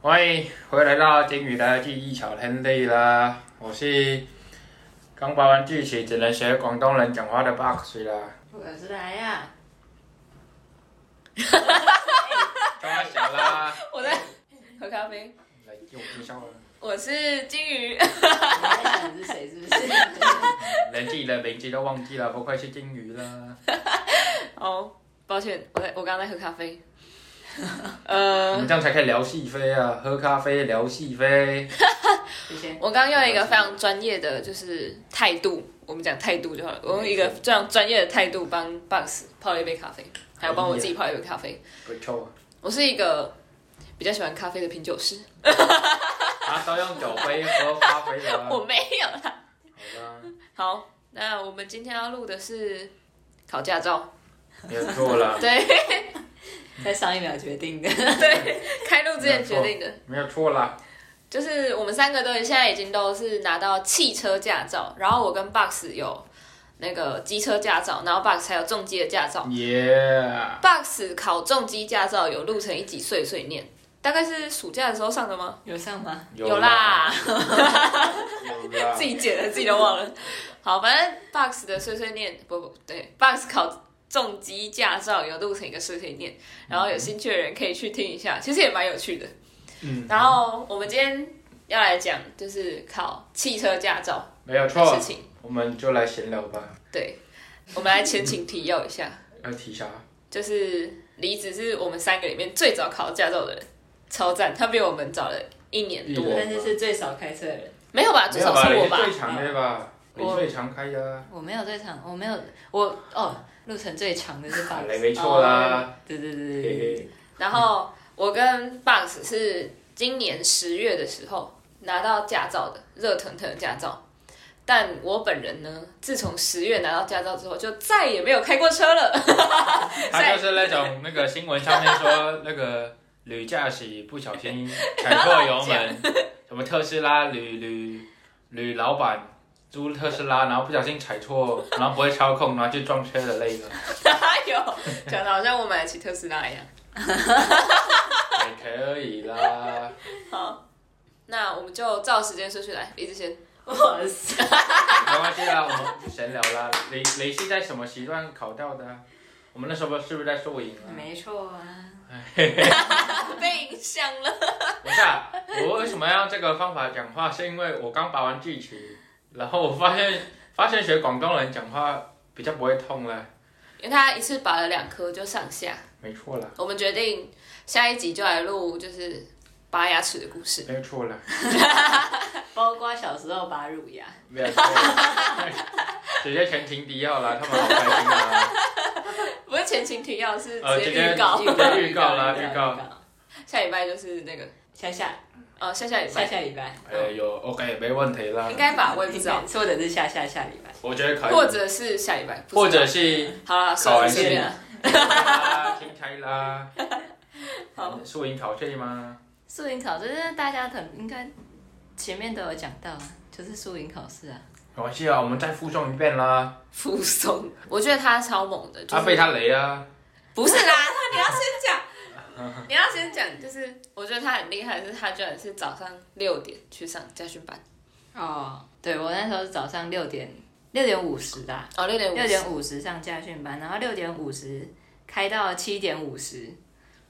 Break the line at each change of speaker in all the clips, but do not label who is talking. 欢迎回来到金鱼的记忆小天地啦！我是刚把完剧情，只能学广东人讲话的 Box 啦。
我是来 呀、
大小啦，
我在喝咖啡。
来给我介绍啊
我是金 鱼，
你在想是谁是不是？
连自己的名字都忘记了，不愧是金鱼啦。
哦，抱歉，我在我刚刚在喝咖 啡。
我
呃
们，这样才可以聊是非啊，喝咖啡聊是非。
谢谢。
我刚刚用一个非常专业的就是态度，我们讲态度就好了。我用一个非常专业的态度帮 Box 泡了一杯咖啡，还有帮我自己泡了一杯咖啡。
不错
我是一个比较喜欢咖啡的品酒师，
啊，啊，都用酒杯喝咖啡啦。好
我没有啦。
啦，
好，那我们今天要录的是考驾照，
没有错啦，
对
在上一秒决定的，
对，开录之前决定的。
没有错啦。
就是我们三个都现在已经都是拿到汽车驾照，然后我跟 Box 有那个机车驾照，然后 Box 还有重机的驾照。
Yeah，
Box 考重机驾照有录成一集碎碎念，大概是暑假的时候上的吗？
有上吗？
有啦，
有 啦
自。己剪的，自己都忘了。好，反正 Box 的碎碎念不不对，Box 考重机驾照有录成一个碎碎念，然后有兴趣的人可以去听一下，其实也蛮有趣的。
嗯，
然后我们今天要来讲就是考汽车驾照
没有
的
错
事，情。
我们就来闲聊吧。
对，我们来前情提要一下，
要提啥？
就是离子是我们三个里面最早考到驾照的人，超赞，他比我们早了一年
一
多，
年
但是是最少开车的人。
没有吧？
没
啊至
有
少
吧，
是
你
我
是
吧嗯
最？长的吧？
我
你最常开的啊，
我没有最长，我没有，我哦，路程最长的是法
啊
国。
雷没错啦。
对对对对
嘿
对
嘿，
然后我跟 Box 是今年十月的时候拿到驾照的，热腾腾的驾照。但我本人呢，自从十月拿到驾照之后，就再也没有开过车了。
他就是那种那个新闻上面说那个屡驾驶不小心踩错油 门，什么特斯拉吕吕吕老板租特斯拉，然后不小心踩错，然后不会操控，然后就撞车的那个。
哪有讲的好像我买得起特斯拉一样。
也可以啦，
好，那我们就照时间顺序来，李子先。
对，哇塞！
没关系啦，我们闲聊啦。雷雷是在什么时段考到的啊？我们那时候是不是在宿营啊？
没错啊，
被啊影响了。
不是、啊，我为什么要用这个方法讲话？是因为我刚拔完智齿，然后我发现发现学广东人讲话比较不会痛了。
因为他一次拔了两颗，就上下。
没错了，
我们决定下一集就来录，就是拔牙齿的故事。
没有错了，
包括小时候拔乳牙，
没有错了。直接全情敌要啦，他们好开心啊！
不是前情提要，是
呃
直
直
接
接
预告。
预告预告啦预告
告，
下礼拜就是那个，
下下
哦，下下礼
下
拜
下礼拜，哦
哎有 OK 没问题啦
应，该吧，我也不知道，
说的是下下下礼拜，
我觉得可以，
或者是下礼拜，不知道
或者是
好了，
考
算
完
了，
试
随便啦。
啦，钦差啦，
好，
宿营考试吗？
宿营考试，这是大家可能应该前面都有讲到啊，就是宿营考 试啊。
没关系啊，我们再附送一遍啦。
附送，我觉得他超猛的，就
他
是
被他雷啊，
不是啦，你要先讲，你要先讲，就是我觉得他很厉害，是他居然是早上六点去上家训班，
哦，对我那时候是早上六点六点五十吧，
哦，六点五
六
十，
点五十上驾训班，然后六点五十开到七点五十，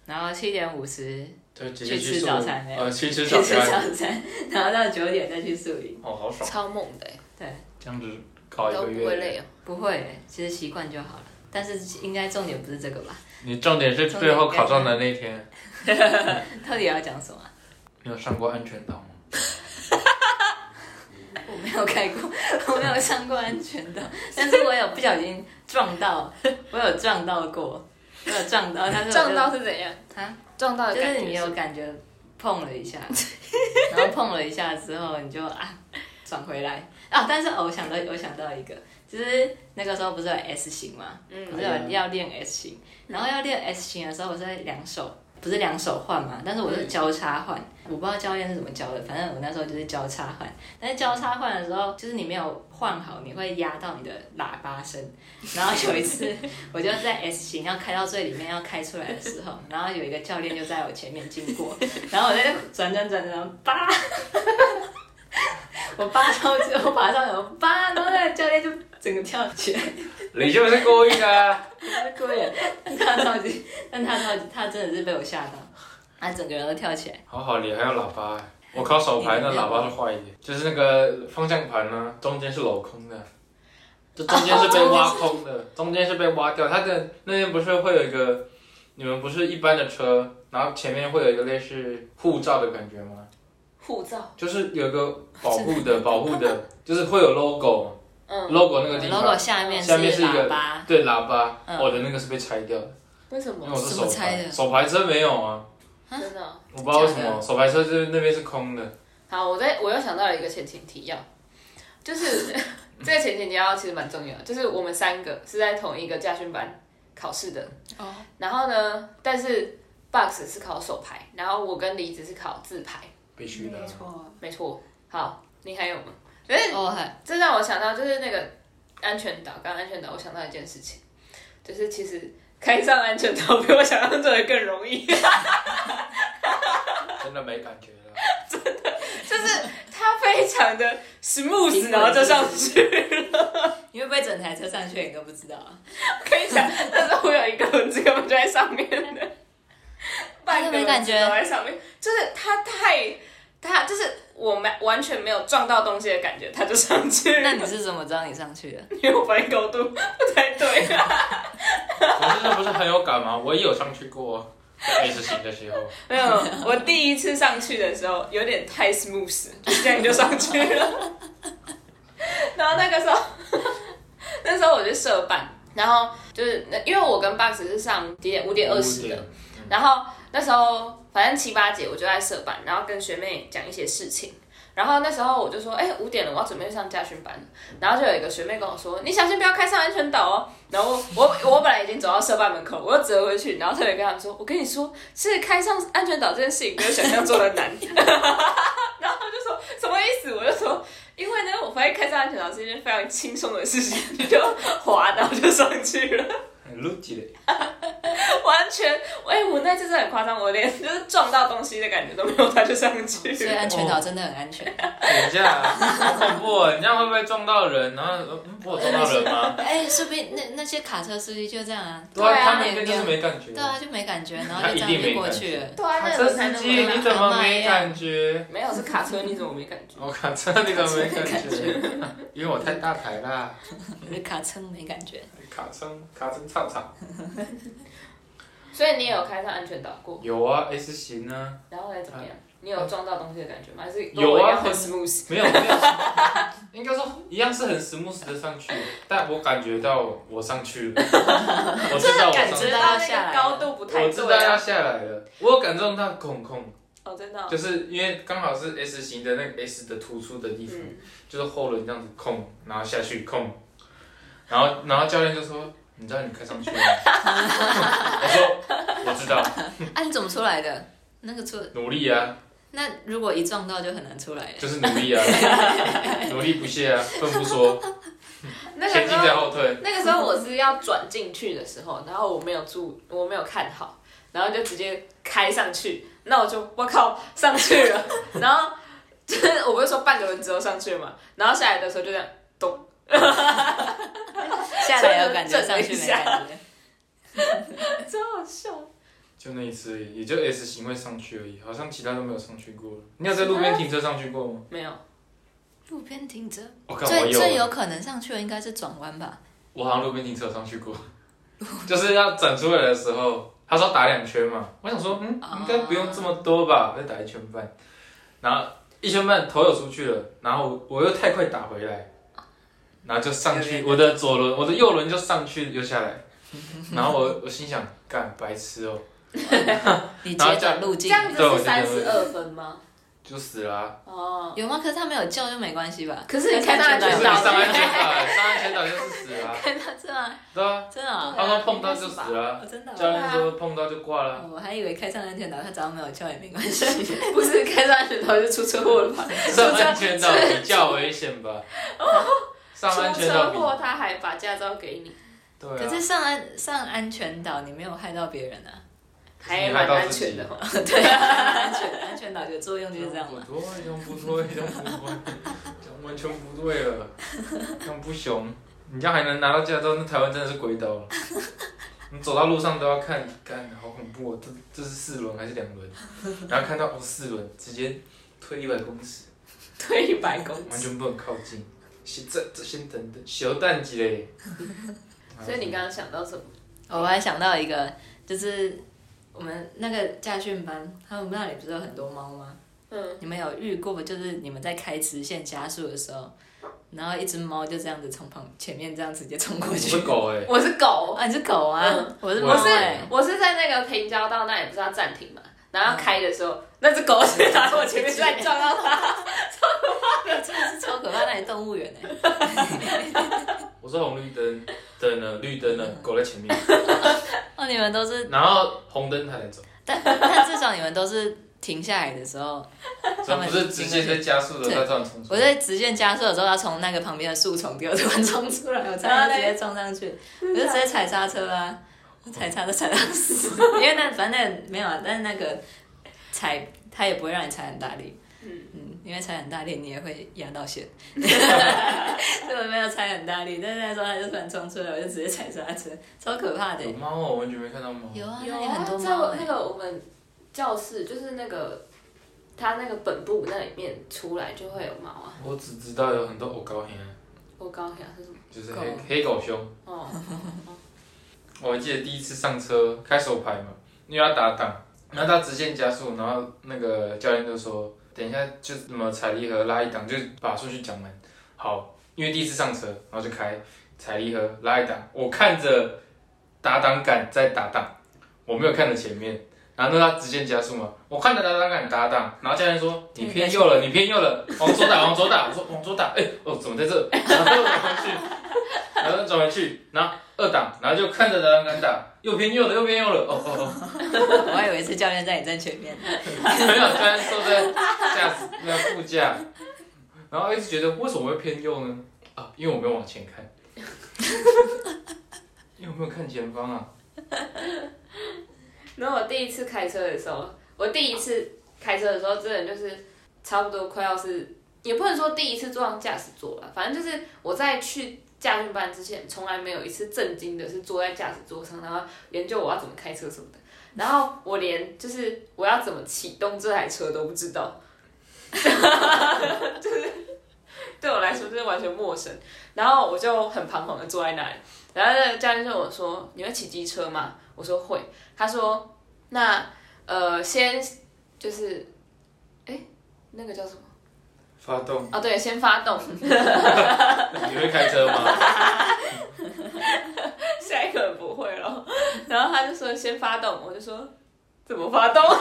然后七点五十
就直接
去吃
宿
早餐欸
呃，去吃
去
早
吃
餐，
早餐，然后到九点再去宿营。
哦，好爽，
超猛的欸，
对，
这样子考一
都
个
不会
月。
累哦。
不会欸，其实习惯就好了。但是应该重点不是这个吧？
你重点是最后考上的那天，
到底要讲什么啊？
你有上过安全岛吗？
我没有开过， 我没有上过安全岛，但是我有不小心撞到，我有撞到过，我有撞到，但是我就
撞到是怎样？
啊，
撞到的
就
感
是
觉
你有感觉碰了一 下，然后碰了一下之后，你就啊转回来啊。但是哦我想到我想到一个，就是那个时候不是有 S 型嘛，
嗯
不是有要练 S 型，然后要练 S 型的时候，我是会两手不是两手换嘛，但是我是交叉换，我不知道教练是怎么教的，反正我那时候就是交叉换。但是交叉换的时候，就是你没有换好，你会压到你的喇叭声。然后有一次，我就在 S 型要开到最里面要开出来的时候，然后有一个教练就在我前面经过，然后我在那转转转转，叭！我扒上去，我爬上去，我叭，然后那个教练就整个跳起来。
你就是故意的啊！
对，但他超级，但他超级，他真的是被我吓到，他整个人都跳起来。
好好，你还有喇叭。我考手牌那喇叭是坏一点，就是那个方向盘呢，中间是镂空的，这中间是被挖空的，中间是被挖掉。它的那边不是会有一个，你们不是一般的车，然后前面会有一个类似护罩的感觉吗？
护照，
就是有一个保护的，保护的，就是会有 logo，logo
嗯，
那个地方
logo 下面
下面是一个
喇
啊
叭，
对喇叭，
嗯
我的那个是被拆掉的，
为什
因为
么？
我是手
怎么拆
牌，
的
手牌车没有啊，
真的哦、
我不知道为什
假
么手牌车就是那边是空的，
好，我在我又想到了一个前情提要，就是 这个前情提要其实蛮重要的，就是我们三个是在同一个驾训班考试的。
哦。
然后呢，但是 Box 是考手牌，然后我跟梨子是考自牌，
必须的啊，
错。
没错。好，你还有吗？
哦，还
这让我想到就是那个安全岛，刚刚安全岛，我想到一件事情，就是其实开上安全岛比我想象中的更容易，
真的没感觉 了。
它非常的 smooth，
平稳
然后就上去。
你会不会整台车上去，你都不知道啊？
我跟你讲，那时候我有一个轮子根本就在上面的，半个
没
轮
感
子
觉
都在上面，就是它太，它就是我们完全没有撞到东西的感觉，它就上去了
那。你是怎么知道你上去的？
因为我反应高度不太对、
我真的不是很有感吗？我也有上去过，在 S 型的时候，
没有，我第一次上去的时候有点太 smooth，就这样就上去了。然后那个时候， 那时候我是社办，然后就是那因为我跟 Box 是上几点五点二十的，然后那时候反正七八节我就在社办，然后跟学妹讲一些事情。然后那时候我就说，哎、五点了，我要准备去上家训班了。然后就有一个学妹跟我说，你小心不要开上安全岛哦。然后我我我本来已经走到社办门口，我又折回去，然后特别跟他们说，我跟你说，其实开上安全岛这件事情没有想象中的难。然后他就说什么意思？我就说，因为呢，我发现开上安全岛是一件非常轻松的事情，你就滑到就上去了。
很 l u c 的，
完全，哎、我那次真的很夸张，我连就是撞到东西的感觉都没有，它就上去
所以
了。
安全岛真的很安全。
等一下，好恐怖哦！你这样会不会撞到人？然后嗯，我有撞到人 吗？
哎，说不定那那些卡车司机就这样啊。
对啊，
对啊
他们应该就是没感觉。
对啊，就没感觉，然后
他
就
一
这
定
样
没
就过
感
去
觉
了。
对啊，那
车
个
司
才
机，你
能
怎么没感觉？
没有是卡车，你怎么没感觉？
我卡车你怎么没感觉？ 因为我太大台啦，
可是卡车没感觉，
卡车卡车操场。
所以你也有开上安全岛过，
有啊，S 型呢？
然后来怎么样？你有撞到东西的感觉吗？还是
嗯有啊
跟我一样很
很
smooth？
没有没有，应该说一样是很 smooth 的上去，但我感觉到我上去了，我知道我
感
上
知
去
觉
了，
到
那
下
个
来
高度不太
我知道
对
要
啊。
下来了，我有感受到恐恐。
哦，真的哦、
就是因为刚好是 S 型的那个 S 的突出的地方，
嗯，
就是后轮这样子空，然后下去空，然后然后教练就说：“你知道你开上去了吗？” 我说：“我知道，
啊，你怎么出来的？那个出，
努力啊，
那如果一撞到就很难出来了。
就是努力啊，努力不懈啊，奋不说，
那
前
个时
进在
候
后退。
那个时候我是要转进去的时候，然后我没有注，我没有看好，然后就直接开上去，那我就我靠上去了， 然后就是我不是说半个轮子都上去了嘛，然后下来的时候就这样，
下来有感觉，上去没感觉。
真欸好笑。”
就那一次而已，也就 S 型会上去而已，好像其他都没有上去过了。你有在路边停车上去过吗？
没有，
路边停车，
我哦靠，我
最最
有，
有可能上去的应该是转弯吧？
我好像路边停车有上去过， 就是要转出来的时候，他说打两圈嘛，我想说，嗯，
哦
应该不用这么多吧，再打一圈半，然后一圈半头有出去了，然后我又太快打回来，然后就上去，我的左轮，我的右轮就上去又下来，然后我我心想，干白痴哦、
你接转路
这
径，
样子
对我觉
是三
得
十二分吗？
就就死了啊、
哦，
有吗？可是他没有救就没关系吧？
可是你看到
他
他
可
就是知
你
道
上岸全岛，上岸全岛就是死了啊、
看到是吗？
对啊，
真的啊、
他说碰到就死了啊、
哦，真的啊、
教练说碰到就挂了啊、
哦我还以为开上安全岛，他只要没有救也没关系。
不是开上去头就出车祸了吧？
上安全岛比较危险吧？上安
出
全岛
哦车
比
祸他还把驾照给你，
对
可
啊，
是上安上安全岛，你没有害到别人啊？
还蛮安全的哦。
对啊，安全安全岛的作用就是这样
不
嘛。
对，这样不对，这样不对，这样完全不对了，这样不行。你这样还能拿到驾照，那台湾真的是鬼岛了。你走到路上都要看，看好恐怖哦！这这是四轮还是两轮？然后看到哦四轮，直接推一百公尺。
推一百公
完
尺。
全不能靠近。先这这先等等，小蛋鸡嘞。
所以你刚刚想到什么？
哦我还想到一个，就是我们那个驾训班，他们那里不是有很多猫吗？
嗯，
你们有遇过就是你们在开直线加速的时候，然后一只猫就这样子从旁前面这样直接冲过
我
去
是？狗哎、
我是狗，
啊，你是狗啊？
嗯
我是猫
我是
哎、
我是在那个平交道那里不是要暂停嘛，然后开的时候，那只狗直接打到我前面，再撞到它。
真的是超可怕，那里动物园哎、
我是红绿灯，等了绿灯了，狗在前面，
哦，你们都是，
然后红灯它才走，
但但至少你们都是停下来的时候，
所以不是直接在加速的在这样冲出
我
来。
在直线加速的时候，要从那个旁边的树丛丢，突然冲出来，我差点直接撞上去，我就直接踩刹车啊，我踩刹车踩到死，因为那反正那个没有啊，但是那个踩它也不会让你踩很大力，
嗯
嗯，因为踩很大力你也会压到 线，所以我没有踩很大力，但是那时候它就突然冲出来，我就直接踩刹车，超可怕的、
有猫哦，我完全没看到猫。
有啊，
有
那里很
啊
多，
在
猫、
我那
欸。
个我们教室，就是那个他那个本部那里面出来就会有猫啊。
我只知道有很多狗高黑，
我刚刚想是什么？
就是
狗
黑黑狗熊。
哦，
我还记得第一次上车开手牌嘛，因为要打档，然后他直线加速，然后那个教练就说，等一下就怎么踩离合拉一档，就把顺序讲完。好，因为第一次上车，然后就开踩离合拉一档，我看着打档杆在打档，我没有看着前面。然后他直线加速嘛，我看着打档杆打档，然后教练说你偏右了，你偏右了，往左打，往左打，我说往左打，哎、哦怎么在这？然后转回去，然后转回去，然后二档，然后就看着打档杆打，右偏右了，右偏右了，哦哦哦，
啊我还以为是教练在你正前面，
没有，虽然坐在驾驶那副驾，然后一直觉得为什么会偏右呢？啊，因为我没有往前 看，因为我没有看前方啊。
然后我第一次开车的时候，我第一次开车的时候，真的就是差不多快要是，也不能说第一次坐上驾驶座了，反正就是我在去驾训班之前，从来没有一次震惊的是坐在驾驶座上，然后研究我要怎么开车什么的。然后我连就是我要怎么启动这台车都不知 道，就是对我来说就是完全陌生。然后我就很彷徨的坐在那里。然后那个教练就问我说：“你会骑机车吗？”我说会。他说：“那呃，先就是，哎，那个叫什么？
发动，
啊，对，先发动。
你会开车 吗？
下一个不会了。 然后他就说先发动，我就说怎么发动？ 然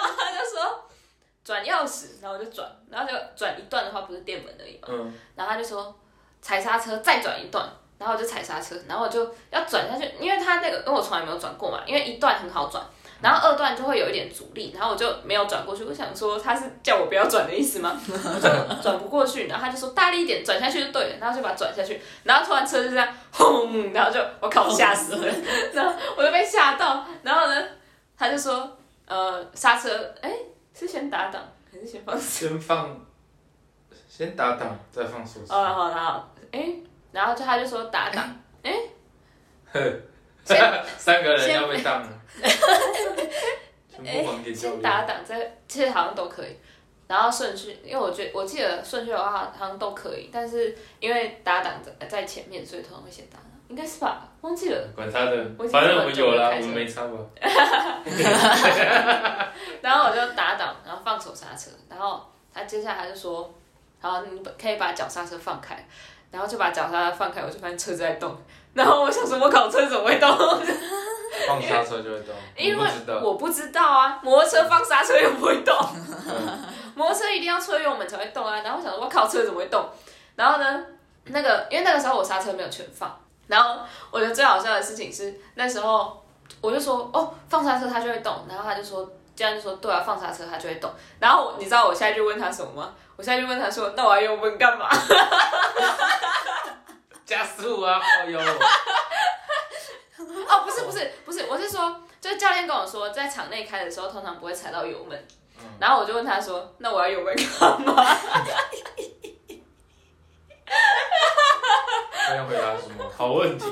后他就说转钥匙，然后我就转，然后就转一段的话不是电门而已嘛。
嗯，
然后他就说踩刹车再转一段，然后我就踩刹车，然后我就要转下去，因为他那个因为我从来没有转过嘛，因为一段很好转，然后二段就会有一点阻力，然后我就没有转过去。我想说他是叫我不要转的意思吗？ 我就转不过去，然后他就说大力一点，转下去就对了，然后就把它转下去，然后突然车就这样轰，然后就我靠，我吓死了，然后我就被吓到，然后呢，他就说呃刹车，哎是先打档还是先放手？
先放，先打档，再放手
哦，然
刹。
后然后哎，然后就他就说打档，
呵
先
三个人要被当了， 全部还给教
先
练。
打档再，其实好像都可以。然后顺序，因为我觉我记得顺序的话好像都可以，但是因为打档在在前面，所以通常会先打档，应该是吧？忘记了。
管他的
我已，经
反正我们有啦，
这么久
我们没
没开车
差吧。
然后我就打档，然后放手刹车，然后他接下来他就说，好，你可以把脚刹车放开，然后就把脚刹车放开，我就发现车子在动，然后我想说，我靠，车子怎么会动？
放刹车就会动，
因
我
为
不知道，
我不知道啊，摩托车放刹车又不会动，
嗯
摩托车一定要吹油门才会动啊。然后我想说，我靠，车怎么会动？然后呢，那个因为那个时候我刹车没有全放，然后我觉得最好笑的事情是那时候我就说哦，放刹车它就会动，然后他就说。这样就说对啊，放刹车它就会动。然后我你知道我下一句问他什么吗？我下一句问他说：“那我还油门干嘛
加速啊，哦呦，？”
哦，不是不是不是，我是说，就是教练跟我说，在场内开的时候通常不会踩到油门。
嗯
然后我就问他说：“那我要油门干嘛
他要回答什么？好问题，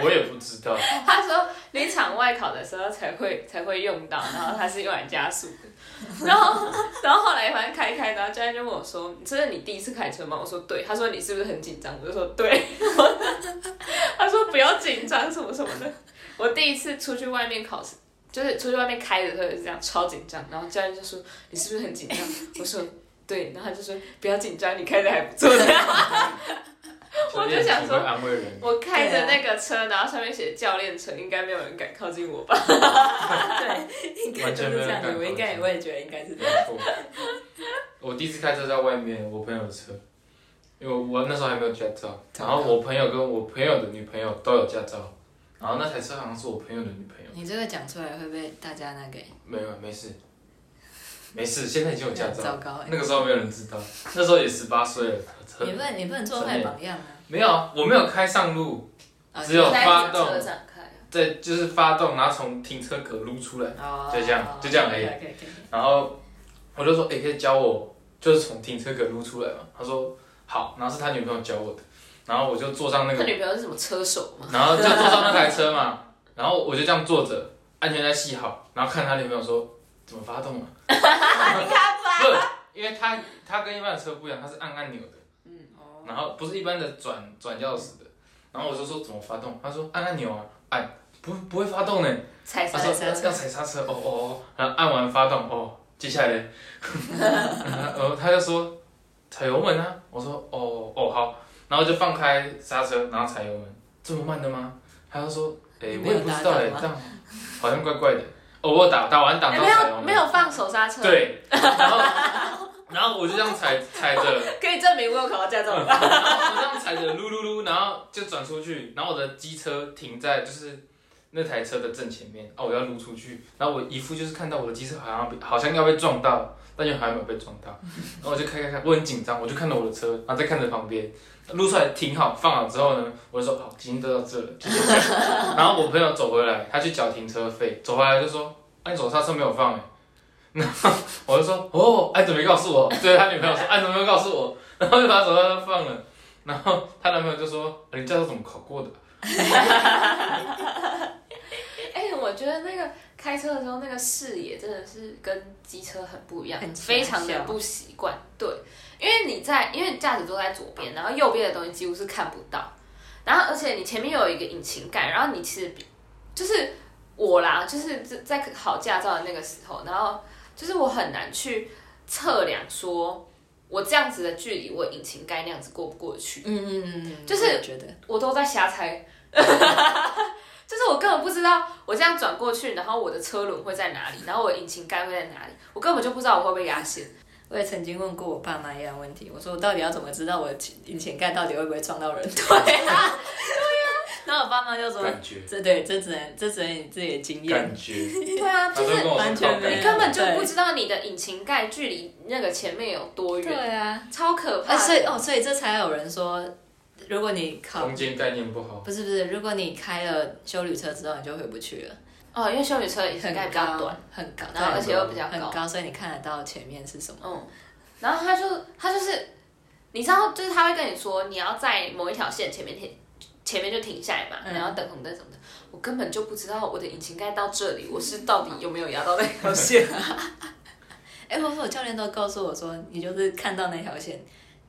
我也不知道。？”
他说：“你场外考的时候才会 才会用到，然后它是用来加速的。”然后然后后来反正开一开，然后教练就问我说：“这是你第一次开车吗？”我说：“对。” 他说：“你是不是很紧张？”我就说：“对。”他说：“不要紧张，什么什么的。”我第一次出去外面考试。就是出去外面开的时候也是这样，超紧张。然后教练就说：“你是不是很紧张？”我说：“对。”然后他就说：“不要紧张，你开的还不错。” 我就想
教练
说
只会安慰人，
我开着那个车，然后上面写教练车，应该没有人敢靠近我吧？
对，应该 就是这
完全没有
样
人敢靠
的。
近
我应该也我也觉得应该是这
没
样。
错。我第一次开车在外面，我朋友的车，因为我那时候还没有驾照，然后我朋友跟我朋友的女朋友都有驾照，然后那台车好像是我朋友的女朋友，
你这个讲出来会被大家那个
没有没事，没事，现在已经有啊驾照
糟
了，
糕哎、
那个时候没有人知道，那时候也十八岁了，车
你不能你不能做坏榜样啊！
没有，我没有开上路，
啊
只有
你
发动
车上开。
对，就是发动，然后从停车格撸出来，
哦
就这样就这样而已
可以可以可以
然后我就说，哎、可以教我，就是从停车格撸出来嘛。他说好，然后是他女朋友教我的，然后我就坐上那
他
个，
女朋友是什么车手吗？
然后就坐上那台车嘛，然后我就这样坐着，安全带系好，然后看他女朋友说怎么发动啊？不是，因为他他跟一般的车不一样，他是按按钮的，
哦，
然后不是一般的转转钥匙的，然后我就说怎么发动？他说按按钮啊，按不不会发动呢、
踩
他
刹
啊说
车。
要踩刹车，哦哦哦，然后按完发动，哦，接下来 嘞，然后他就说踩油门啊，我说哦哦好，然后就放开刹车，然后踩油门，这么慢的吗？他就说，哎、
你没
我
有
也不知道
打
哎、
档吗
这样好像怪怪的，哦，我有打打完档
哎
到
没
踩油
有
门，
没有放手刹车，，
对，然后然后我就这样踩踩着，
可以证明我有考到驾照吧？
然后我就这样踩着噜噜噜，然后就转出去，然后我的机车停在就是那台车的正前面，啊，我要撸出去，然后我姨父就是看到我的机车好像被好像要被撞到，但又还没有被撞到，然后我就开开开，我很紧张，我就看到我的车，然后再看着旁边，撸出来停好放好之后呢，我就说好，今天就到这了，谢谢然后我朋友走回来，他去缴停车费，走回来就说，哎、你手刹车没有放哎、然后我就说哦，哎、怎么没告诉我？对他女朋友说，哎、怎么没有告诉我？然后就把手刹车放了。 然后她男朋友就说：“人家都怎么考过的
哎，我觉得那个开车的时候那个视野真的是跟机车很不一样
很，狭
非常的
小
不习惯。对，因为你在因为驾驶座在左边，然后右边的东西几乎是看不到，然后而且你前面又有一个引擎盖，然后你其实比就是我啦，就是在考驾照的那个时候，然后就是我很难去测量说。我这样子的距离，我引擎盖那样子过不过得去？
嗯嗯嗯嗯，
就是
我也觉得
我都在瞎猜， 就是我根本不知道我这样转过去，然后我的车轮会在哪里，然后我的引擎盖会在哪里，我根本就不知道我会不会压线。
我也曾经问过我爸妈一样问题，我说我到底要怎么知道我引擎盖到底会不会撞到人？对啊， 对啊。然后我爸妈就？”说，
感觉，
这对这只能这只能你自己的经验，
感 觉，
对啊，
他
嗯就
都
是
跟我
完
说靠感
全没有
觉，
根本就不知道你的引擎盖距离那个前面有多
对
远，
啊，
超可怕
啊，
的。
所以哦，所以这才有人说，如果你考
空间概念不好，
不是不是，如果你开了修旅车之后，你就回不去了，
哦，因为修理车的引擎盖比较短，，
很高，
然后而且又比较
很
高，
高，所以你看得到前面是什么。
嗯，然后他就他就是，你知道，就是他会跟你说你要在某一条线前面停，前面就停下来嘛，
嗯
然后等红灯什么的。我根本就不知道我的引擎盖到这里，我是到底有没有压到那条线。
哎，我我教练都告诉我说，你就是看到那条线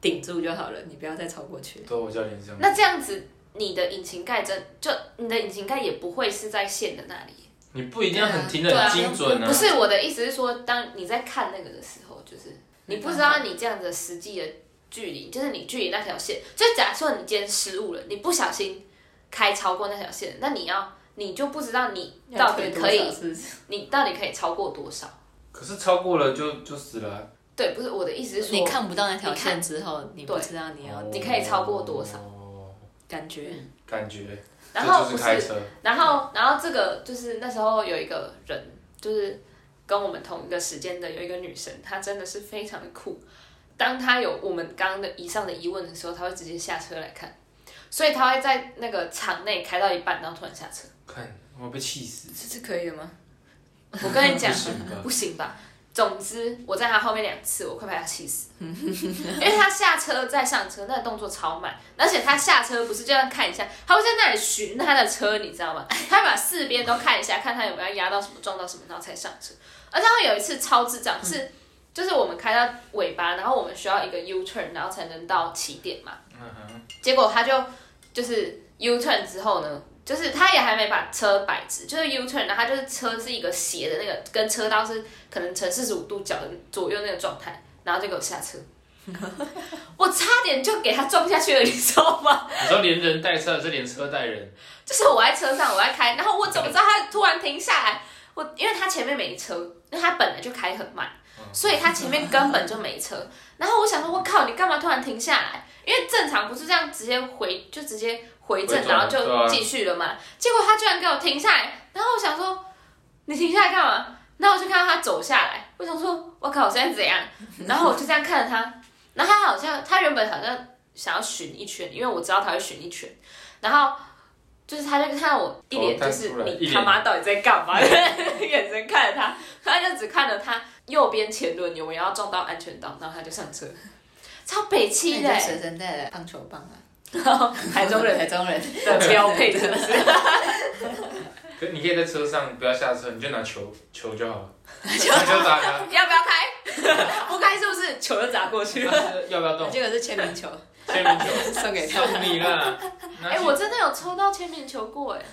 顶住就好了，你不要再超过去。
都我教练这样，
那这样子，你的引擎盖真就你的引擎盖也不会是在线的那里。
你不一定要很停
对
的
啊
很精准啊
不。是我的意思是说，当你在看那个的时候，就是你不知道你这样的实际的距离，就是你距离那条线，就假设你今天失误了，你不小心开超过那条线，那你要你就不知道你
要
到
退
底
多
可以
少，是不是
你到底可以超过多少？
可是超过了就就死了啊，
对，不是我的意思是说，
你看不到那条
你看
线之后，你不
对
知道你要
啊你可以超过多少嗯
哦
感觉
感觉，
然后
这
不
就是
是
开车，
然后，然后这个就是那时候有一个人，就是跟我们同一个时间的有一个女生，她真的是非常的酷。当她有我们刚刚的以上的疑问的时候，她会直接下车来看，所以她会在那个场内开到一半，然后突然下车。
看我被气死，
这是可以的吗？
我跟你讲
不，行吧？
不行吧？总之，我在她后面两次，我快把她气死了， 因为她下车再上车，那个动作超慢，而且她下车不是这样看一下，她会在那里巡她的车，你知道吗？ 她会把四边都看一下，看她有没有压到什么、撞到什么，然后才上车。而且她有一次超智障
嗯
是，就是我们开到尾巴，然后我们需要一个 U turn，然后才能到起点嘛。
嗯哼，
结果他就就是 U turn 之后呢，就是他也还没把车摆直，就是 U turn，然后他就是车是一个斜的那个，跟车道是可能呈四十五度角的左右那个状态，然后就给我下车，我差点就给他撞下去了，你知道吗？
你说连人带车还是连车带人？
就是我在车上，我在开，然后我怎么知道他突然停下来？我因为他前面没车，那他本来就开很慢，
嗯
所以他前面根本就没车。然后我想说，我靠，你干嘛突然停下来？因为正常不是这样直接回，就直接回
回
正，
转
然后
对啊
就继续了嘛。结果他居然给我停下来，然后我想说，你停下来干嘛？然后我就看到他走下来，我想说，我靠，我现在怎样？ 然后我就这样看着他，然后他好像他原本好像想要巡一圈，因为我知道他会巡一圈，然后。就是他就看到我一脸
头探
就是
出来一
你
脸
他妈到底在干嘛 的眼神看着他，他就只看着他右边前轮有没有要撞到安全岛，然后他就上车，超北
那
气
你
的
就
欸、
随身带了棒球棒啊，
然后台中人
台中人
的标配真的是，
可是你可以在车上不要下车，你就拿球球就 好了，球就打他，
要不要开？ 不开是不是球就砸过去 了？
但是要不要 动？
这个是签名球，
签名球
送给他。
送你啦！
哎、我真的有抽到签名球过哎、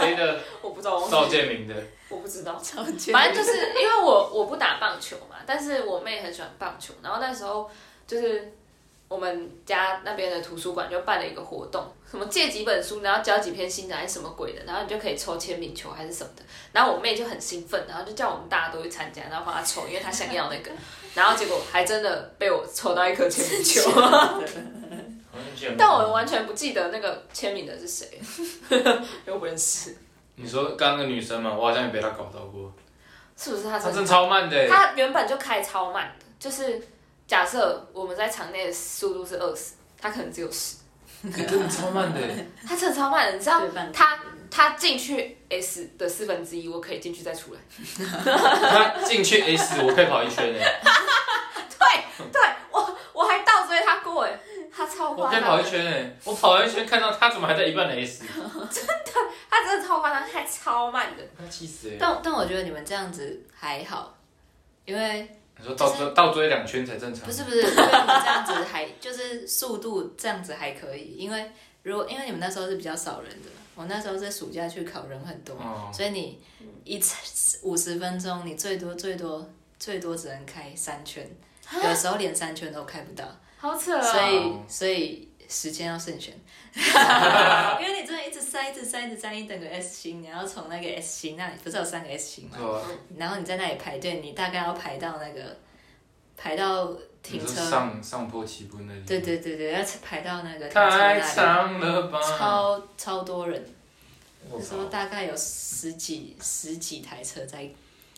谁 的？
我不知道，
赵建明的。
我不知道。
超级
反正就是因为我我不打棒球嘛，但是我妹很喜欢棒球，然后那时候就是我们家那边的图书馆就办了一个活动，什么借几本书，然后交几篇新的还是什么鬼的，然后你就可以抽签名球还是什么的，然后我妹就很兴奋，然后就叫我们大家都去参加，然后帮她抽，因为她想要那个，然后结果还真的被我抽到一颗签名球。
好像见过
但我完全不记得那个签名的是谁， 又不认识，
你说刚刚那个女生嘛，我好像也被她搞到过，
是不是他
她真
真的？
的超慢的欸，
他原本就开超慢的，就是假设我们在场内的速度是二十，他可能只有十，
她真的超慢的欸，
他真的超慢的，你知道
对半
他他进去 S 的四分之一，我可以进去再出来。
她进去 S 我可以跑一圈哎，
对
嗯
对，我我还倒追他过哎，他超
我
夸
可以跑
张
一，圈哎，我跑完一圈看到她怎么还在一半的 S，
他真的超夸张，他超慢的。
她气死哎！
但但我觉得你们这样子还好，因为
你说倒追倒追两圈才正常
不，是不是，因为你们这样子还就是速度这样子还可以，因为如果因为你们那时候是比较少人的嘛，我那时候是暑假去考人很多，
哦，
所以你一次五十分钟，你最多最多最多只能开三圈，有时候连三圈都开不到，
好扯啊、
所以
哦
所以时间要慎选，因为你真的一直塞一直塞一直塞，你等个 S 型，你要从那个 S 型那里不是有三个 S 型吗？
是吧？
嗯
然后你在那里排队，你大概要排到那个排到
你
停
说
车。
上上坡起步那里，
对，对对对，要排到那个停车
太
那里，
长了吧，
超超多人，
我
那时
操
候大概有十几十几台车在，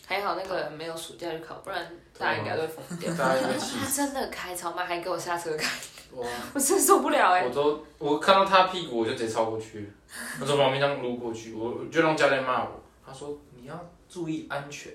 还好那个人没有暑假去考，不然大家应该都会疯掉。
大家应该气
他
死，
真的开超慢，还给我下车开，
哇！
我真的受不了哎、
我都我看到他屁股，我就直接超过去，我从旁边这样撸过去，我我就让教练骂我，他说你要注意安全，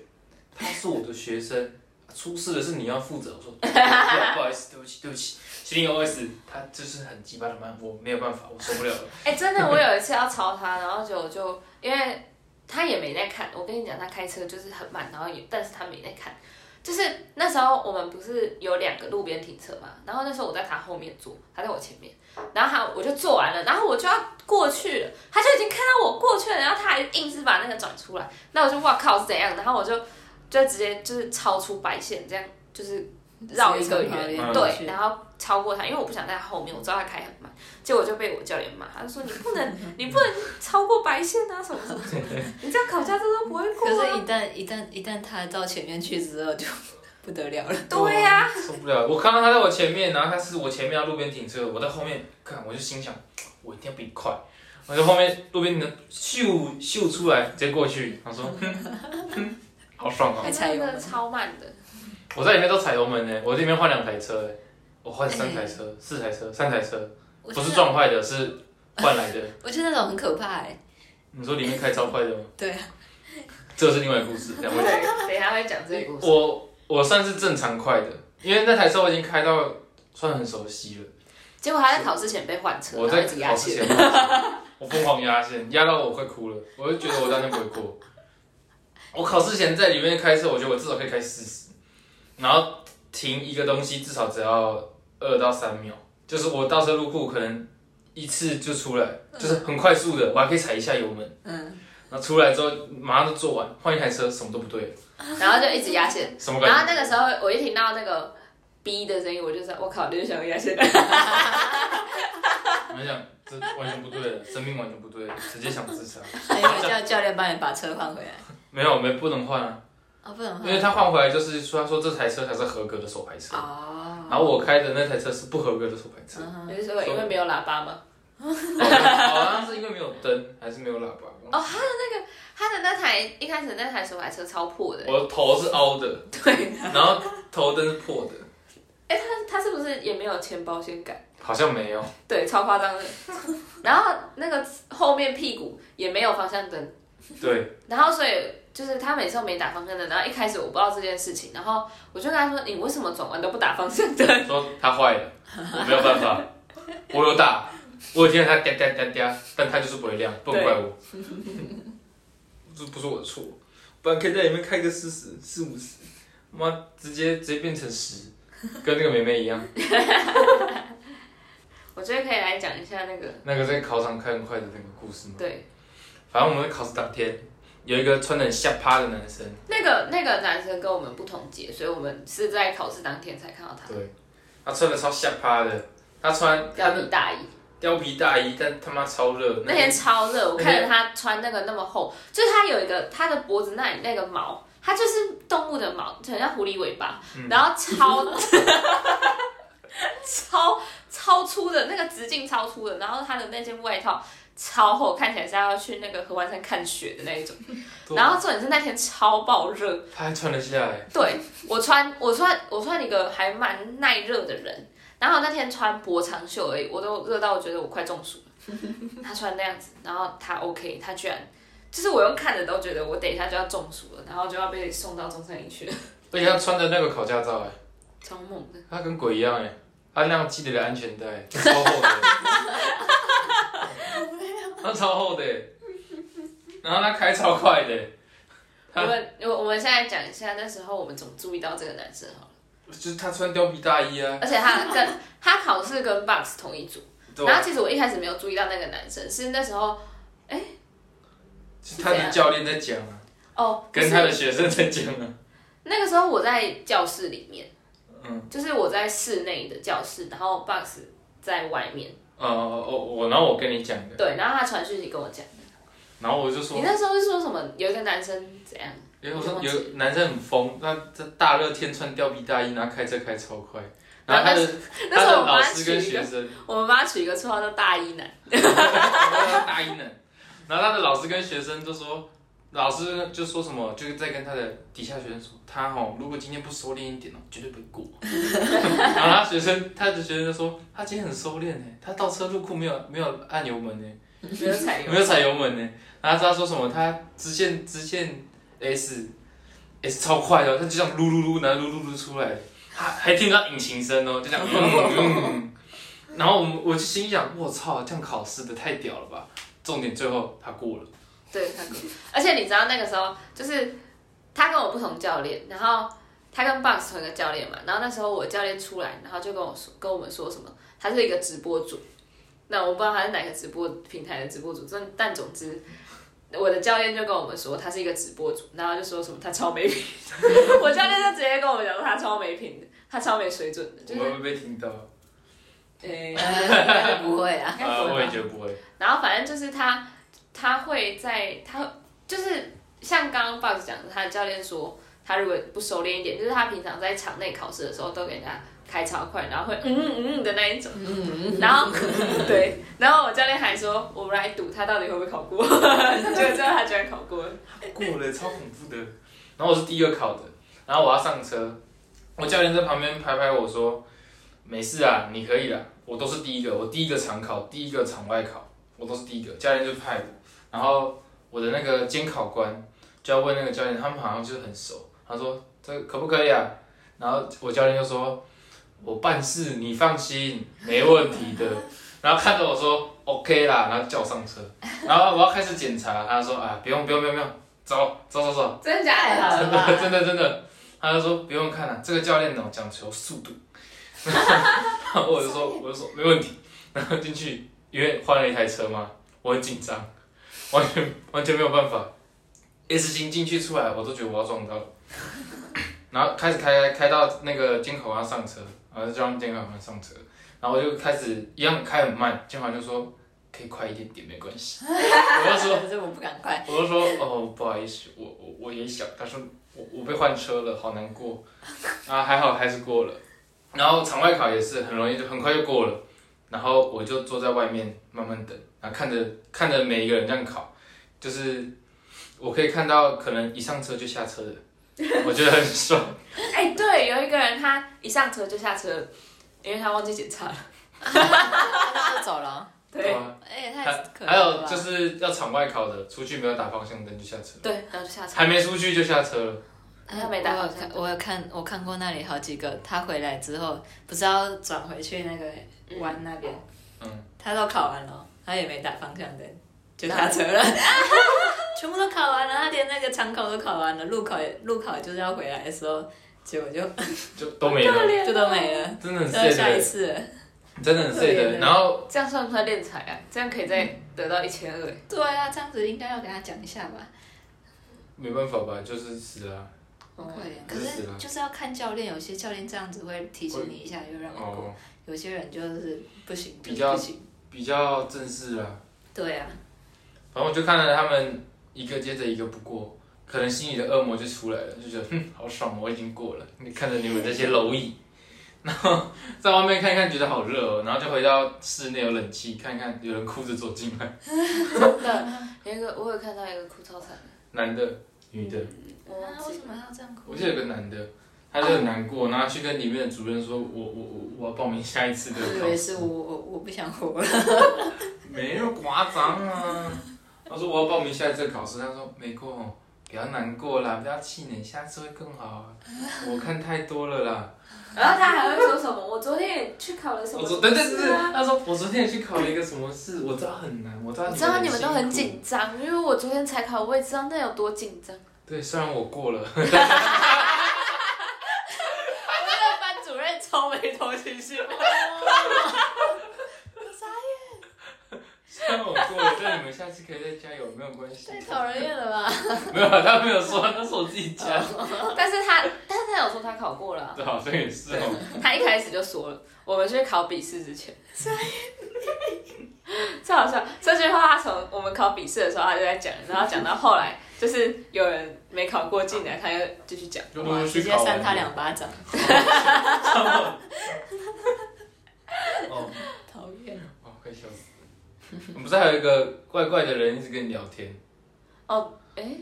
他是我的学生，出事的是你要负责。我说不好意思，对不起，对不起，心里 OS 他就是很鸡巴的慢，我没有办法，我受不了了。
哎、真的，我有一次要超他，然后就就因为他也没在看，我跟你讲，他开车就是很慢，然后也但是他没在看，就是那时候我们不是有两个路边停车嘛，然后那时候我在他后面坐，他在我前面，然后他我就坐完了，然后我就要过去了，他就已经看到我过去了，然后他还硬是把那个转出来，那我就哇靠是怎样，然后我就就直接就是超出白线这样，就是绕一个
直接
从
圆，
旁边
过去
对，然后超过他，因为我不想在他后面，我知道他开很慢，结果就被我教练骂，他就说你不 能，你不能超过白线啊，什么什么什么，你这样考驾照都 不会过
可是，
啊。
一旦一旦一旦他到前面去之后，就不得了了。
对呀、
受不了！我看到他在我前面，然后他是我前面要路边停车，我在后面看，我就心想，我一定要比你快。我在后面路边能咻咻出来，直接过去。他说，哼哼好爽哦！
还踩
真
油
的
门
超慢的，
我在里面都踩油门呢，我这边换两台车欸，我换三台车、四台车、三台车，
嗯我
不是
那
撞坏的，是换来的。
我觉得那种很可怕哎、
你说里面开超快的吗？
对
啊， 这是另外一个故事，两 位。
对，等一下会讲这个故事。
我我算是正常快的，因为那台车我已经开到算很熟悉了。
结果他在考试前被换车，
我
然后
在
一直压
考试
线。
前， 我疯狂压线，压到我快哭了，我就觉得我当天不会过。我考试前在里面开车，我觉得我至少可以开四十，然后停一个东西至少只要二到三秒，就是我倒车入库可能一次就出来，就是很快速的，我还可以踩一下油门，
嗯，
然后出来之后马上就做完，换一台车什么都不对，
然后就一直压线。
什么感
然
觉？
后那个时候我一听到那个 B 的声音，我就说：“我靠，刘翔压线。
我跟你讲，这完全不对了，生命完全不对了，直接想自 杀。
哎
还有叫教练帮你把车换回来。
没有，我们不能换啊，
哦，不能
因为
换。
他换回来就是说，他说这台车才是合格的手排车，
哦。
然后我开的那台车是不合格的手排 车。
嗯”哼
我就说：“因为没有喇叭嘛。
好像是因为没有灯，还是没有喇叭。”
哦，他的那个他的那台一开始那台手排车超破的，
我的头是凹的，
对，
然后头灯是破的，
哎、他他是不是也没有前保险杆？
好像没有。
对，超夸张的。 然后那个后面屁股也没有方向灯，
对，
然后所以就是他每次都没打方向灯。然后一开始我不知道这件事情，然后我就跟他说：“你为什么转弯都不打方向灯？”
说它坏了，我没有办法，我有打，我有听到它哒哒哒哒，但它就是不会亮，不能怪我， 这不是我的错，本来可以在里面开个四十、四五十，妈直接直接变成十，跟那个妹妹一样，
我觉得可以来讲一下那个
那个在考场开很快的那个故事嘛。
对。
反正我们考试当天，有一个穿的很下趴的男生，
那个那个男生跟我们不同届，所以我们是在考试当天才看到他，
对，他穿的超下趴的，他穿他
要比
的
大一。
貂皮大衣，但他妈超热，嗯
那天超热，我
那
看
天
着他穿那个那么厚，就是他有一个他的脖子那里那个毛，它就是动物的毛，就很像狐狸尾巴，
嗯
然后超 超超粗的那个直径超粗的，然后他的那件外套超厚，看起来是要去那个合欢山看雪的那一种。
对
然后重点是那天超爆热，
他还穿得下来，
对我穿我穿我穿一个还蛮耐热的人，然后那天穿薄长袖而已，我都热到我觉得我快中暑 了。他穿那样子，然后他 OK，他居然就是我用看着都觉得我等一下就要中暑了，然后就要被送到中山医去了，
而且他穿的那个考驾照哎、
超猛的。
他跟鬼一样哎、他那样系得了安全带，超厚的、欸，他超厚的、欸，然后他开超快的欸、他
我们我我们现在讲一下那时候我们怎么注意到这个男生好了，
就是他穿貂皮大衣 啊，
而且他跟他考试跟 Box 同一组，
对
然
吧，
后其实我一开始没有注意到那个男生，是那时候
就是他的教练在讲啊，
哦，不
跟
是
他的学生在讲啊，
那个时候我在教室里面。
嗯，
就是我在室内的教室，然后 Box 在外面，
呃，我我然后我跟你讲的，
对，然后他传讯息跟我讲，
然后我就说
你，那时候是说什么？有一个男生怎样？
因为我说有男生很疯，他这大热天穿貂皮大衣，然后开车开超快，然后他的
那
他
时候
的
我帮
老
他
师
取
跟
一个
学，生。
我们帮他取一个绰号叫大一男，
大一呢，然后他的老师跟学生就说，老师就说什么，就是在跟他的底下学生说，他哦，如果今天不收敛一点哦，绝对不会过。 然后他学生，他的学生就说，他今天很收敛呢，欸他倒车入库没有没有按油门呢，欸
没有踩油，
没有踩油门呢。然后他说什么，他直线直线 S S 超快的哦，他就这样噜噜噜，然后噜噜噜出来，他还听到引擎声哦，就这样。嗯嗯然后我们我就心想，我操，这样考试的太屌了吧！重点最后他过了，
对，他过。而且你知道那个时候，就是他跟我不同教练，然后他跟 Box 同一个教练嘛，然后那时候我教练出来，然后就跟我说跟我们说什么，他是一个直播主，那我不知道他是哪个直播平台的直播主，但但总之。我的教练就跟我们说，他是一个直播主，然后就说什么他超没品，我教练就直接跟我们讲说他超没品的，他超没水准的，
我
就是
们会不会听到？
诶、
嗯应该不会啊。
应该不会
啊，
吧
我也觉得不会。
然后反正就是他，他会在他就是像刚刚 Box 讲的，他的教练说，他如果不收敛一点，就是他平常在场内考试的时候都给人家开超快，然后会嗯嗯嗯的那一种。
嗯，
然后 对，然后我教练还说，我们来赌他到底会不会考过，结果最后他居然考过了。
过了，超恐怖的。然后我是第一个考的，然后我要上车，我教练在旁边拍拍我说：“没事啊，你可以的。”我都是第一个，我第一个场考，第一个场外考，我都是第一个。教练就派我，然后我的那个监考官就要问那个教练，他们好像就是很熟，他说：“这可不可以啊？”然后我教练就说：“我办事，你放心，没问题的。” 然后看着我说 OK 啦，然后叫我上车，然后我要开始检查，他说啊不用不用不用不用，走走走走，
真的假
太
的？
好
真
了
的
吧？
真的真的，他就说不用看了、这个教练呢讲求速度， 然后我就说我就说没问题，然后进去，因为换了一台车嘛，我很紧张，完全完全没有办法，S 型进去出来我都觉得我要撞到了，然后开始开开到那个监考官上车，然后就让监考官上车，然后我就开始一样开很慢，监考官就说可以快一点点没关系，我就说。
可是我不敢快，
我就说哦，不好意思，我我我也想，他说我我被换车了，好难过， 啊还好还是过了，然后场外考也是很容易就很快就过了，然后我就坐在外面慢慢等，然后看着看着每一个人这样考，就是我可以看到可能一上车就下车的，我觉得很爽，
哎、对，有一个人他一上车就下车了，因为他忘记检查了。
他就走了。
对
啊
哎，太可
还
爱了
有
吧。
就是要场外考的，出去没有打方向灯就下车，
对，然后就下车。
还没出去就下车了，
他没打
呃我
好
有看，我有看，我看过那里好几个。他回来之后，不是要转回去那个湾那边，
嗯，
他都考完了，他也没打方向灯，就下车了。 全部都考完了，他连那个场口都考完了，路考也路考就是要回来的时候，结果就
就都没了，
就都没
哦
了，
真的很
都要
sad，
下一
的
次了。
真的很 sad，
可怜
的
的
然后。
这样算不算练财啊？这样可以再得到一千二。
对啊，这样子应该要给他讲一下吧。
没办法吧，就是死了、
可怜，可
可是啊
是就是要看教练，有些教练这样子会提醒你一下，又让你过；
哦，
有些人就是不行，
比较
不行。
比较正式啦。
对啊，
反正我就看了他们一个接着一个不过，可能心里的恶魔就出来了，就觉得哼，好爽，我已经过了。你看着你们这些蝼蚁， 然后在外面看一看，觉得好热哦，然后就回到室内有冷气，看看有人哭着走进来，
真的，有一个我有看到一个哭超惨的，
男的、女的，
我忘
啊为
记
什么要这样哭
我记？得有个男的。他就很难过，然后去跟里面的主任说：“我我我我要报名下一次的
我以
考
为
试
是我我我不想活了，
没有夸张啊。他说我要报名下一次的考试，他说没过哦，不要难过啦，不要气馁，下次会更好啊。我看太多了啦。
然后他还会说什么？我昨天也去考了什么？啊
我哦昨对对对对，他说我昨天也去考了一个什么试，我知道很难，我知道
我知道你们
辛苦
都很。紧张，因为我昨天才考，我也知道那有多紧张。
对，虽然我过了，
那个班主任超没同情心。
虽然我过了，但你们下次可以再加油，没有关系。
太讨人厌了吧？
没有，他没有说，那是我自己加。
但是他，但是他有说他考过了啊、
对，好像也是哦。
他一开始就说了，我们去考笔试之前，最好笑。这句话他从我们考笔试的时候他就在讲，然后讲到后来就是有人没考过进来，他又继续讲。
就陆陆续
直
续
接
考完
扇他两巴掌，
哦，
讨厌。
哦，快笑死了。我们不是还有一个怪怪的人一直跟你聊天？
哎、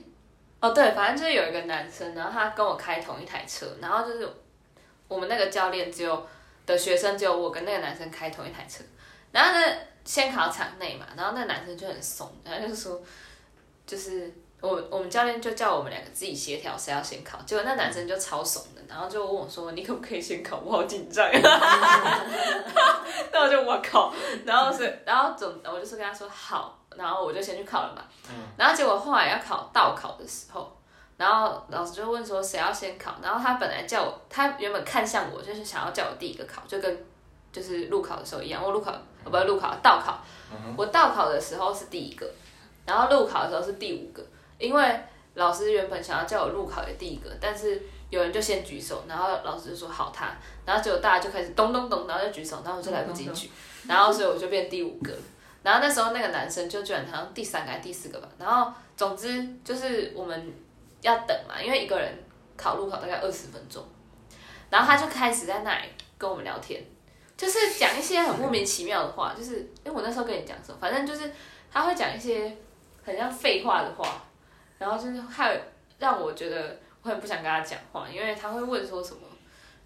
哦对，反正就是有一个男生，然后他跟我开同一台车，然后就是我们那个教练只有的学生只有我跟那个男生开同一台车，然后呢先考场内嘛，然后那个男生就很怂，然后就说就是我我们教练就叫我们两个自己协调谁要先考，结果那男生就超怂的，然后就问我说你可不可以先考，我好紧张， 那我就我靠，然后是然后总我就是跟他说好，然后我就先去考了嘛。然后结果后来要考倒考的时候，然后老师就问说谁要先考，然后他本来叫我，他原本看向我，就是想要叫我第一个考，就跟就是路考的时候一样，我路考呃不是路考倒考，
嗯
我倒考的时候是第一个，然后路考的时候是第五个，因为老师原本想要叫我路考的第一个，但是有人就先举手，然后老师就说好他，然后结果大家就开始咚咚咚，然后就举手，然后我就来不及
咚咚
举，然后所以我就变第五个了。然后那时候那个男生就居然好像第三个还是第四个吧，然后总之就是我们要等嘛，因为一个人考路考大概二十分钟，然后他就开始在那里跟我们聊天，就是讲一些很莫名其妙的话，就是因为我那时候跟你讲什么，反正就是他会讲一些很像废话的话，然后就是害让我觉得我很不想跟他讲话，因为他会问说什么，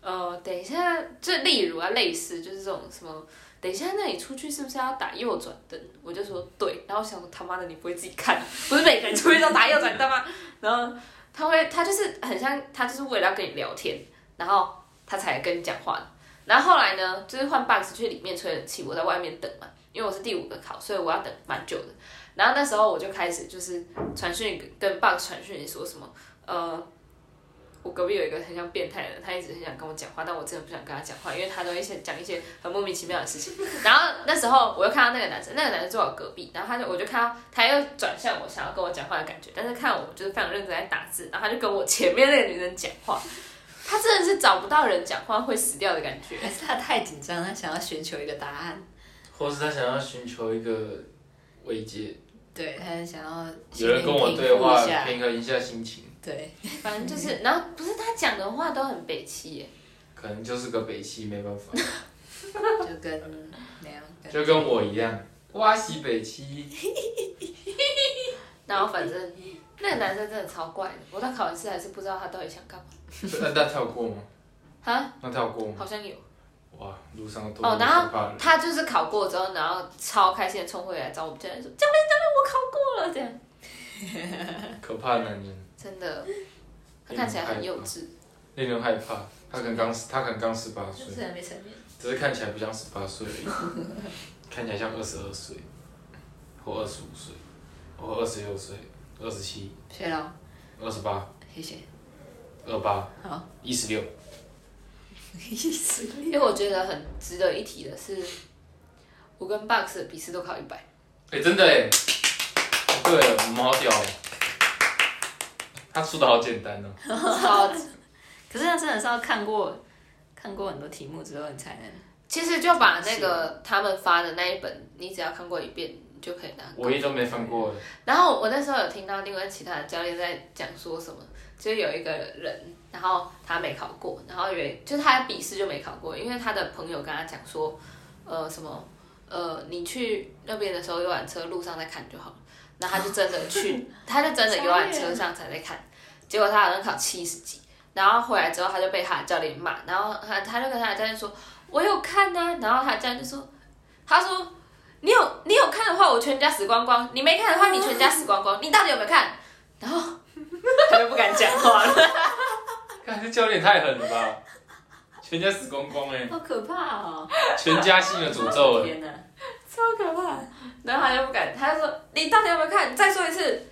呃，等一下，就例如啊，类似就是这种什么。等一下，那你出去是不是要打右转灯？我就说对，然后我想说他妈的你不会自己看，不是每个人出去都打右转灯吗？然后他会，他就是很像，他就是为了要跟你聊天，然后他才跟你讲话的。然后后来呢，就是换 box 去里面吹冷气，我在外面等嘛，因为我是第五个考，所以我要等蛮久的。然后那时候我就开始就是传讯跟 box 传讯说什么，呃，我隔壁有一个很像变态的人，他一直很想跟我讲话，但我真的不想跟他讲话，因为他都一些讲一些很莫名其妙的事情。然后那时候我又看到那个男生，那个男生坐我隔壁，然后他就我就看到他又转向我，想要跟我讲话的感觉，但是看我就是非常认真在打字，然后他就跟我前面那个女生讲话，他真的是找不到人讲话会死掉的感觉。
还是他太紧张，他想要寻求一个答案，
或是他想要寻求一个慰藉，
对他想要
有人跟我对话
心里平复一，下
平衡一下心情，
对，
反正就是，然后不是他讲的话都很北气耶，
可能就是个北气，没办法，
就跟那样，跟
就跟我一样，哇西北七，
然后反正那个男生真的超怪的，我到考完试还是不知道他到底想干嘛。
呃那那他有过吗？
哈，
那他有过吗？
好像有，
哇，路上都
哦
多可
然后
怕的人，
他就是考过之后，然后超开心的冲回来找我们教练说：“教练，教练，我考过了。”这样
可怕的男人，
真的，他看起来很幼稚。
令人害怕。他可能刚他可能刚十八岁，
就是还没成年，
只是看起来不像十八岁而已， 看起来像二十二岁，或二十五岁，或二十六岁，二十七，
谢了，
二十八，
谢谢，
二八，
好，
一十六。
意思
因为我觉得很值得一提的是，我跟 Box 的笔试都考一百，
哎、真的哎、对了，我们好屌哦、他出的好简单哦、
超级
可是他真的是要看过看过很多题目之后，你才能
其实就把那个他们发的那一本，你只要看过一遍，你就可以拿。
我一都没翻过，
然后我那时候有听到另外其他的教练在讲说什么，就是有一个人，然后他没考过，然后有就是他的笔试就没考过，因为他的朋友跟他讲说，呃什么呃你去那边的时候游览车路上再看就好了，然后他就真的去，他就真的游览车上才在看，结果他好像考七十几，然后回来之后他就被他的教练骂，然后他他就跟他的教练说，我有看啊，然后他教练就说，他说。你有你有看的话，我全家死光光；你没看的话，你全家死光光。你到底有没有看？然后他就不敢讲话了。
看这教练太狠了吧，全家死光光哎、
好可怕哦！
全家性的诅咒哎、
天哪，
超可怕。然后他就不敢，他就说：“你到底有没有看？你再说一 次。”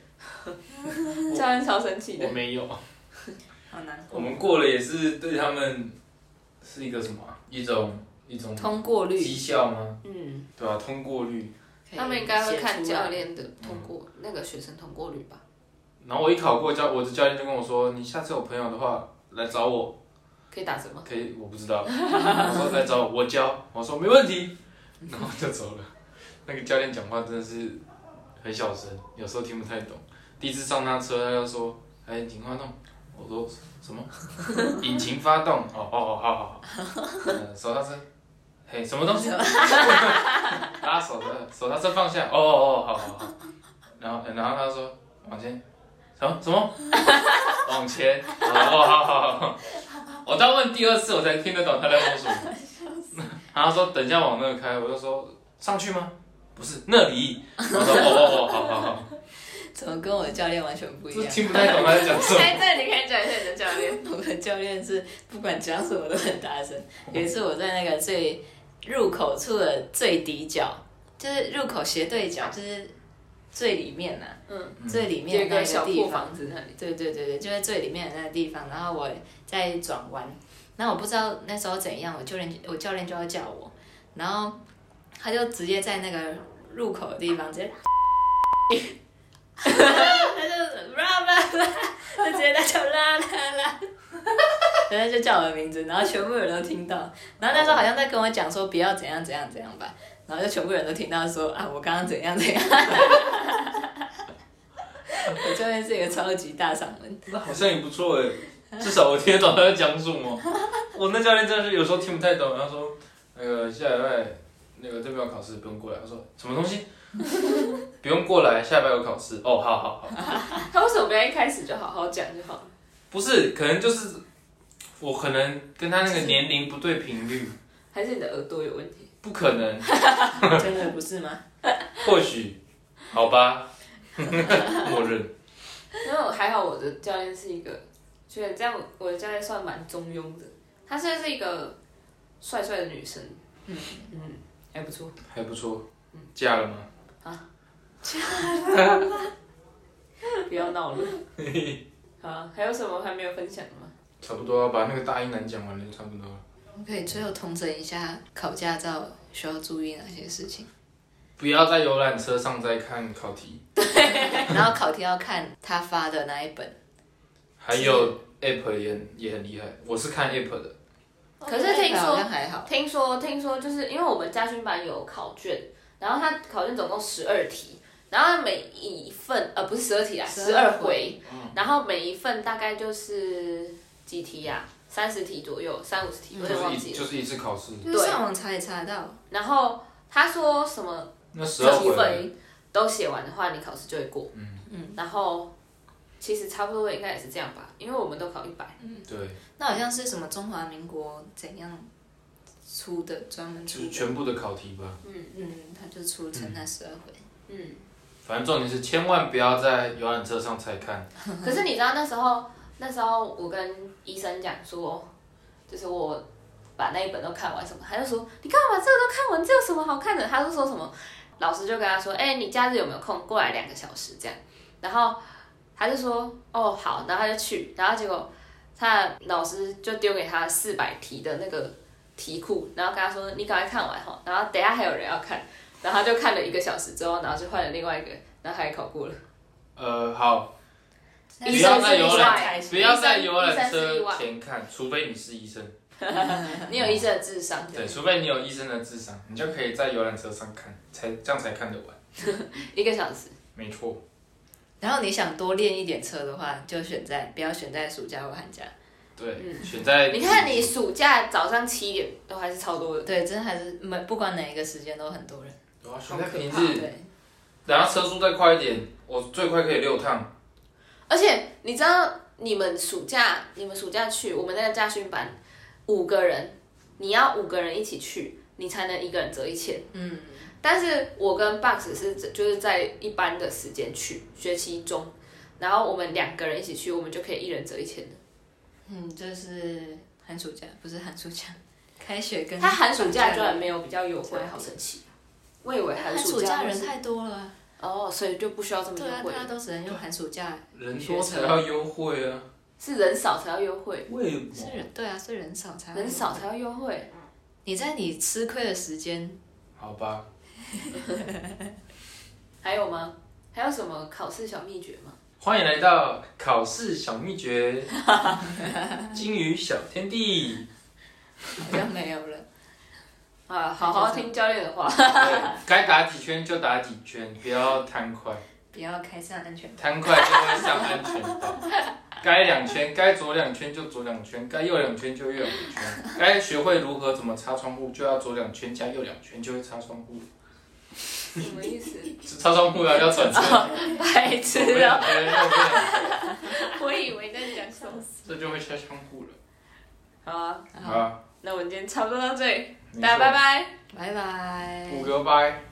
教练超生气的
我。没有，
好难
我
过。
们过了也是对他们是一个什么啊、一种一种
通过率，
绩效吗？
嗯，
对吧、通过率。
可以
他们应该会看
写出来
教。练的通过那个学生通过率吧？
然后我一考过教，我的教练就跟我说，你下次有朋友的话来找我，
可以打 折吗？
可以，我不知道。我说来找我，我教。我说没问题， 然后就走了。那个教练讲话真的是很小声，有时候听不太懂。第一次上他车，他就说：“哎，引擎发动。”我说：“什么？ 引擎发动？哦哦哦，好好好。嗯，手刹车。嘿，什么东西？拉手的，手刹车放下。哦哦哦，好好好。然后，然后他说往前，什么什么？往前。哦哦，好好好。我到问第二次我才听得懂他在说什么。 然后他说等一下往那开，我就说上去吗？不是那里。我说哦哦哦，好好好，
怎么跟我的教练完全不一
就
样？
听不太懂他在讲 什么。
哎，对，你可以讲一下你的教练。
我的教练是不管讲什么都很大声。有一次我在那个最入口处的最底角，就是入口斜对角，就是最里面呐、啊
嗯，
最里
有
面
一
那
个
个
小
地
破
方。
房子那里。
对对对对，就在最里面的那个地方，然后我在转弯，那我不知道那时候怎样，我教练我教练就要叫我，然 后他就直接在那个入口的地方直接，他就啦啦啦，就直接在叫啦啦啦，然后就叫我的名字，然后全部人都听到，然后那时候好像在跟我讲说不要怎样怎样怎样吧，然后就全部人都听到说啊我刚刚怎样怎样， 我这边是一个超级大嗓门，
那好像也不错哎，至少我听得懂他在讲什么。我那教练真的是有时候听不太懂，然后说那个下礼拜那个这边有考试不用过来，我说什么东西？ 不用过来，下礼拜有考试。哦，好好好，
他为什么不要一开始就好好讲就好了？
不是，可能就是我可能跟他那个年龄不对频率，
还是你的耳朵有问题？
不可能，
真的不是吗？
或许，好吧， 默认。
因为我还好，我的教练是一个，觉得这样我的教练算蛮中庸的，她算是一个帅帅的女生，
嗯
嗯，还不错。
还不错，嫁了吗？
不要闹了。好，还有什么还没有分享的吗？
差不多啊，把那个大英男讲完了就差不多了。
我可以最后统整一下考驾照需要注意哪些事情，
不要在游览车上再看考题，
然后考题要看他发的那一本，
还有 app 也很也很厉害，我是看 app 的。
哦
可是听说
好像还好，
听说听说，就是因为我们家训班有考卷，然后它考卷总共十二题，然后每一份呃不是十二题啊，十
12
二回，然后每一份大概就是几题呀、啊？三十题左右，三五十题，我
就
有点
是
忘
一
记了。
就是一次考试，
就是上网查也查得到，
然后他说什么
那十二
几
回
分都写完的话，你考试就会过。嗯嗯。然后其实差不多应该也是这样吧，因为我们都考一百。
对，
那好像是什么中华民国怎样出的，专
嗯
门出
就
的，
全部的考题吧。
嗯，他就出成那十二回，
嗯。
反正重点是千万不要在游览车上才看，
可是你知道那时候，那时候我跟医生讲说，就是我把那一本都看完什么，他就说你干嘛这个都看完，这有什么好看的？他就说什么，老师就跟他说，哎、你假日有没有空过来两个小时这样？然后他就说，哦好，然后他就去，然后结果他的老师就丢给他四百题的那个题库，然后跟他说你赶快看完哈，然后等一下还有人要看，然后他就看了一个小时之后，然后就换了另外一个，然后他也考过了。
呃，好，
但
嗯不
是
要
是
在游
意外
览
开
不
始，
要在游览
医生是意
车
外
前看，除非你是医生，
你有医生的智商，
对，除非你有医生的智商，你就可以在游览车上看，才这样才看得完，
一个小时。
没错，
然后你想多练一点车的话，就选在不要选在暑假或寒假，
对，选在
嗯你看你暑假早上七点都还是超多的，
对，真的还是每不管哪一个时间都很多人，
对啊选在
好可
平
怕
日，
对，
然后车速再快一点，我最快可以六趟，
而且你知道你们暑假你们暑假去我们那个驾训班五个人，你要五个人一起去，你才能一个人折一千。
嗯，
但是我跟 Box 是就是在一般的时间去，学期中，然后我们两个人一起去，我们就可以一人折一千。
嗯，就是寒暑假不是寒暑假， 开学跟
他寒暑假居然
寒
没有比较优惠，好神奇！我以为寒暑
暑
假
假
会
人
是
太多了，
哦，所以就不需要这么优
对啊，
惠
大，家都只能用寒暑假，
人多才要优惠啊，
是人少才要优惠，
为什
是人对啊，是人少才
人少才要优惠。
你在你吃亏的时间，
好吧，
还有吗？还有什么考试小秘诀吗？
欢迎来到考试小秘 诀，金鱼小天地。
好像没有了。
啊，好好听教练的话。
对该打几圈就打几圈，不要贪快，
不要开上安全，
贪快就会上安全岛。 该两圈，该左两圈就左两圈，该右两圈就右两圈，该学会如何怎么擦窗户，就要左两圈加右两圈就会擦窗户。
什么意思？
擦窗户要啊要转身，
白痴
左边
啊！
两圈右边两圈
我以为在讲什么。
这就会擦窗户了。
好啊，
好啊，
那我们今天差不多到这里，
没错
大家拜拜。
拜拜。
五个拜。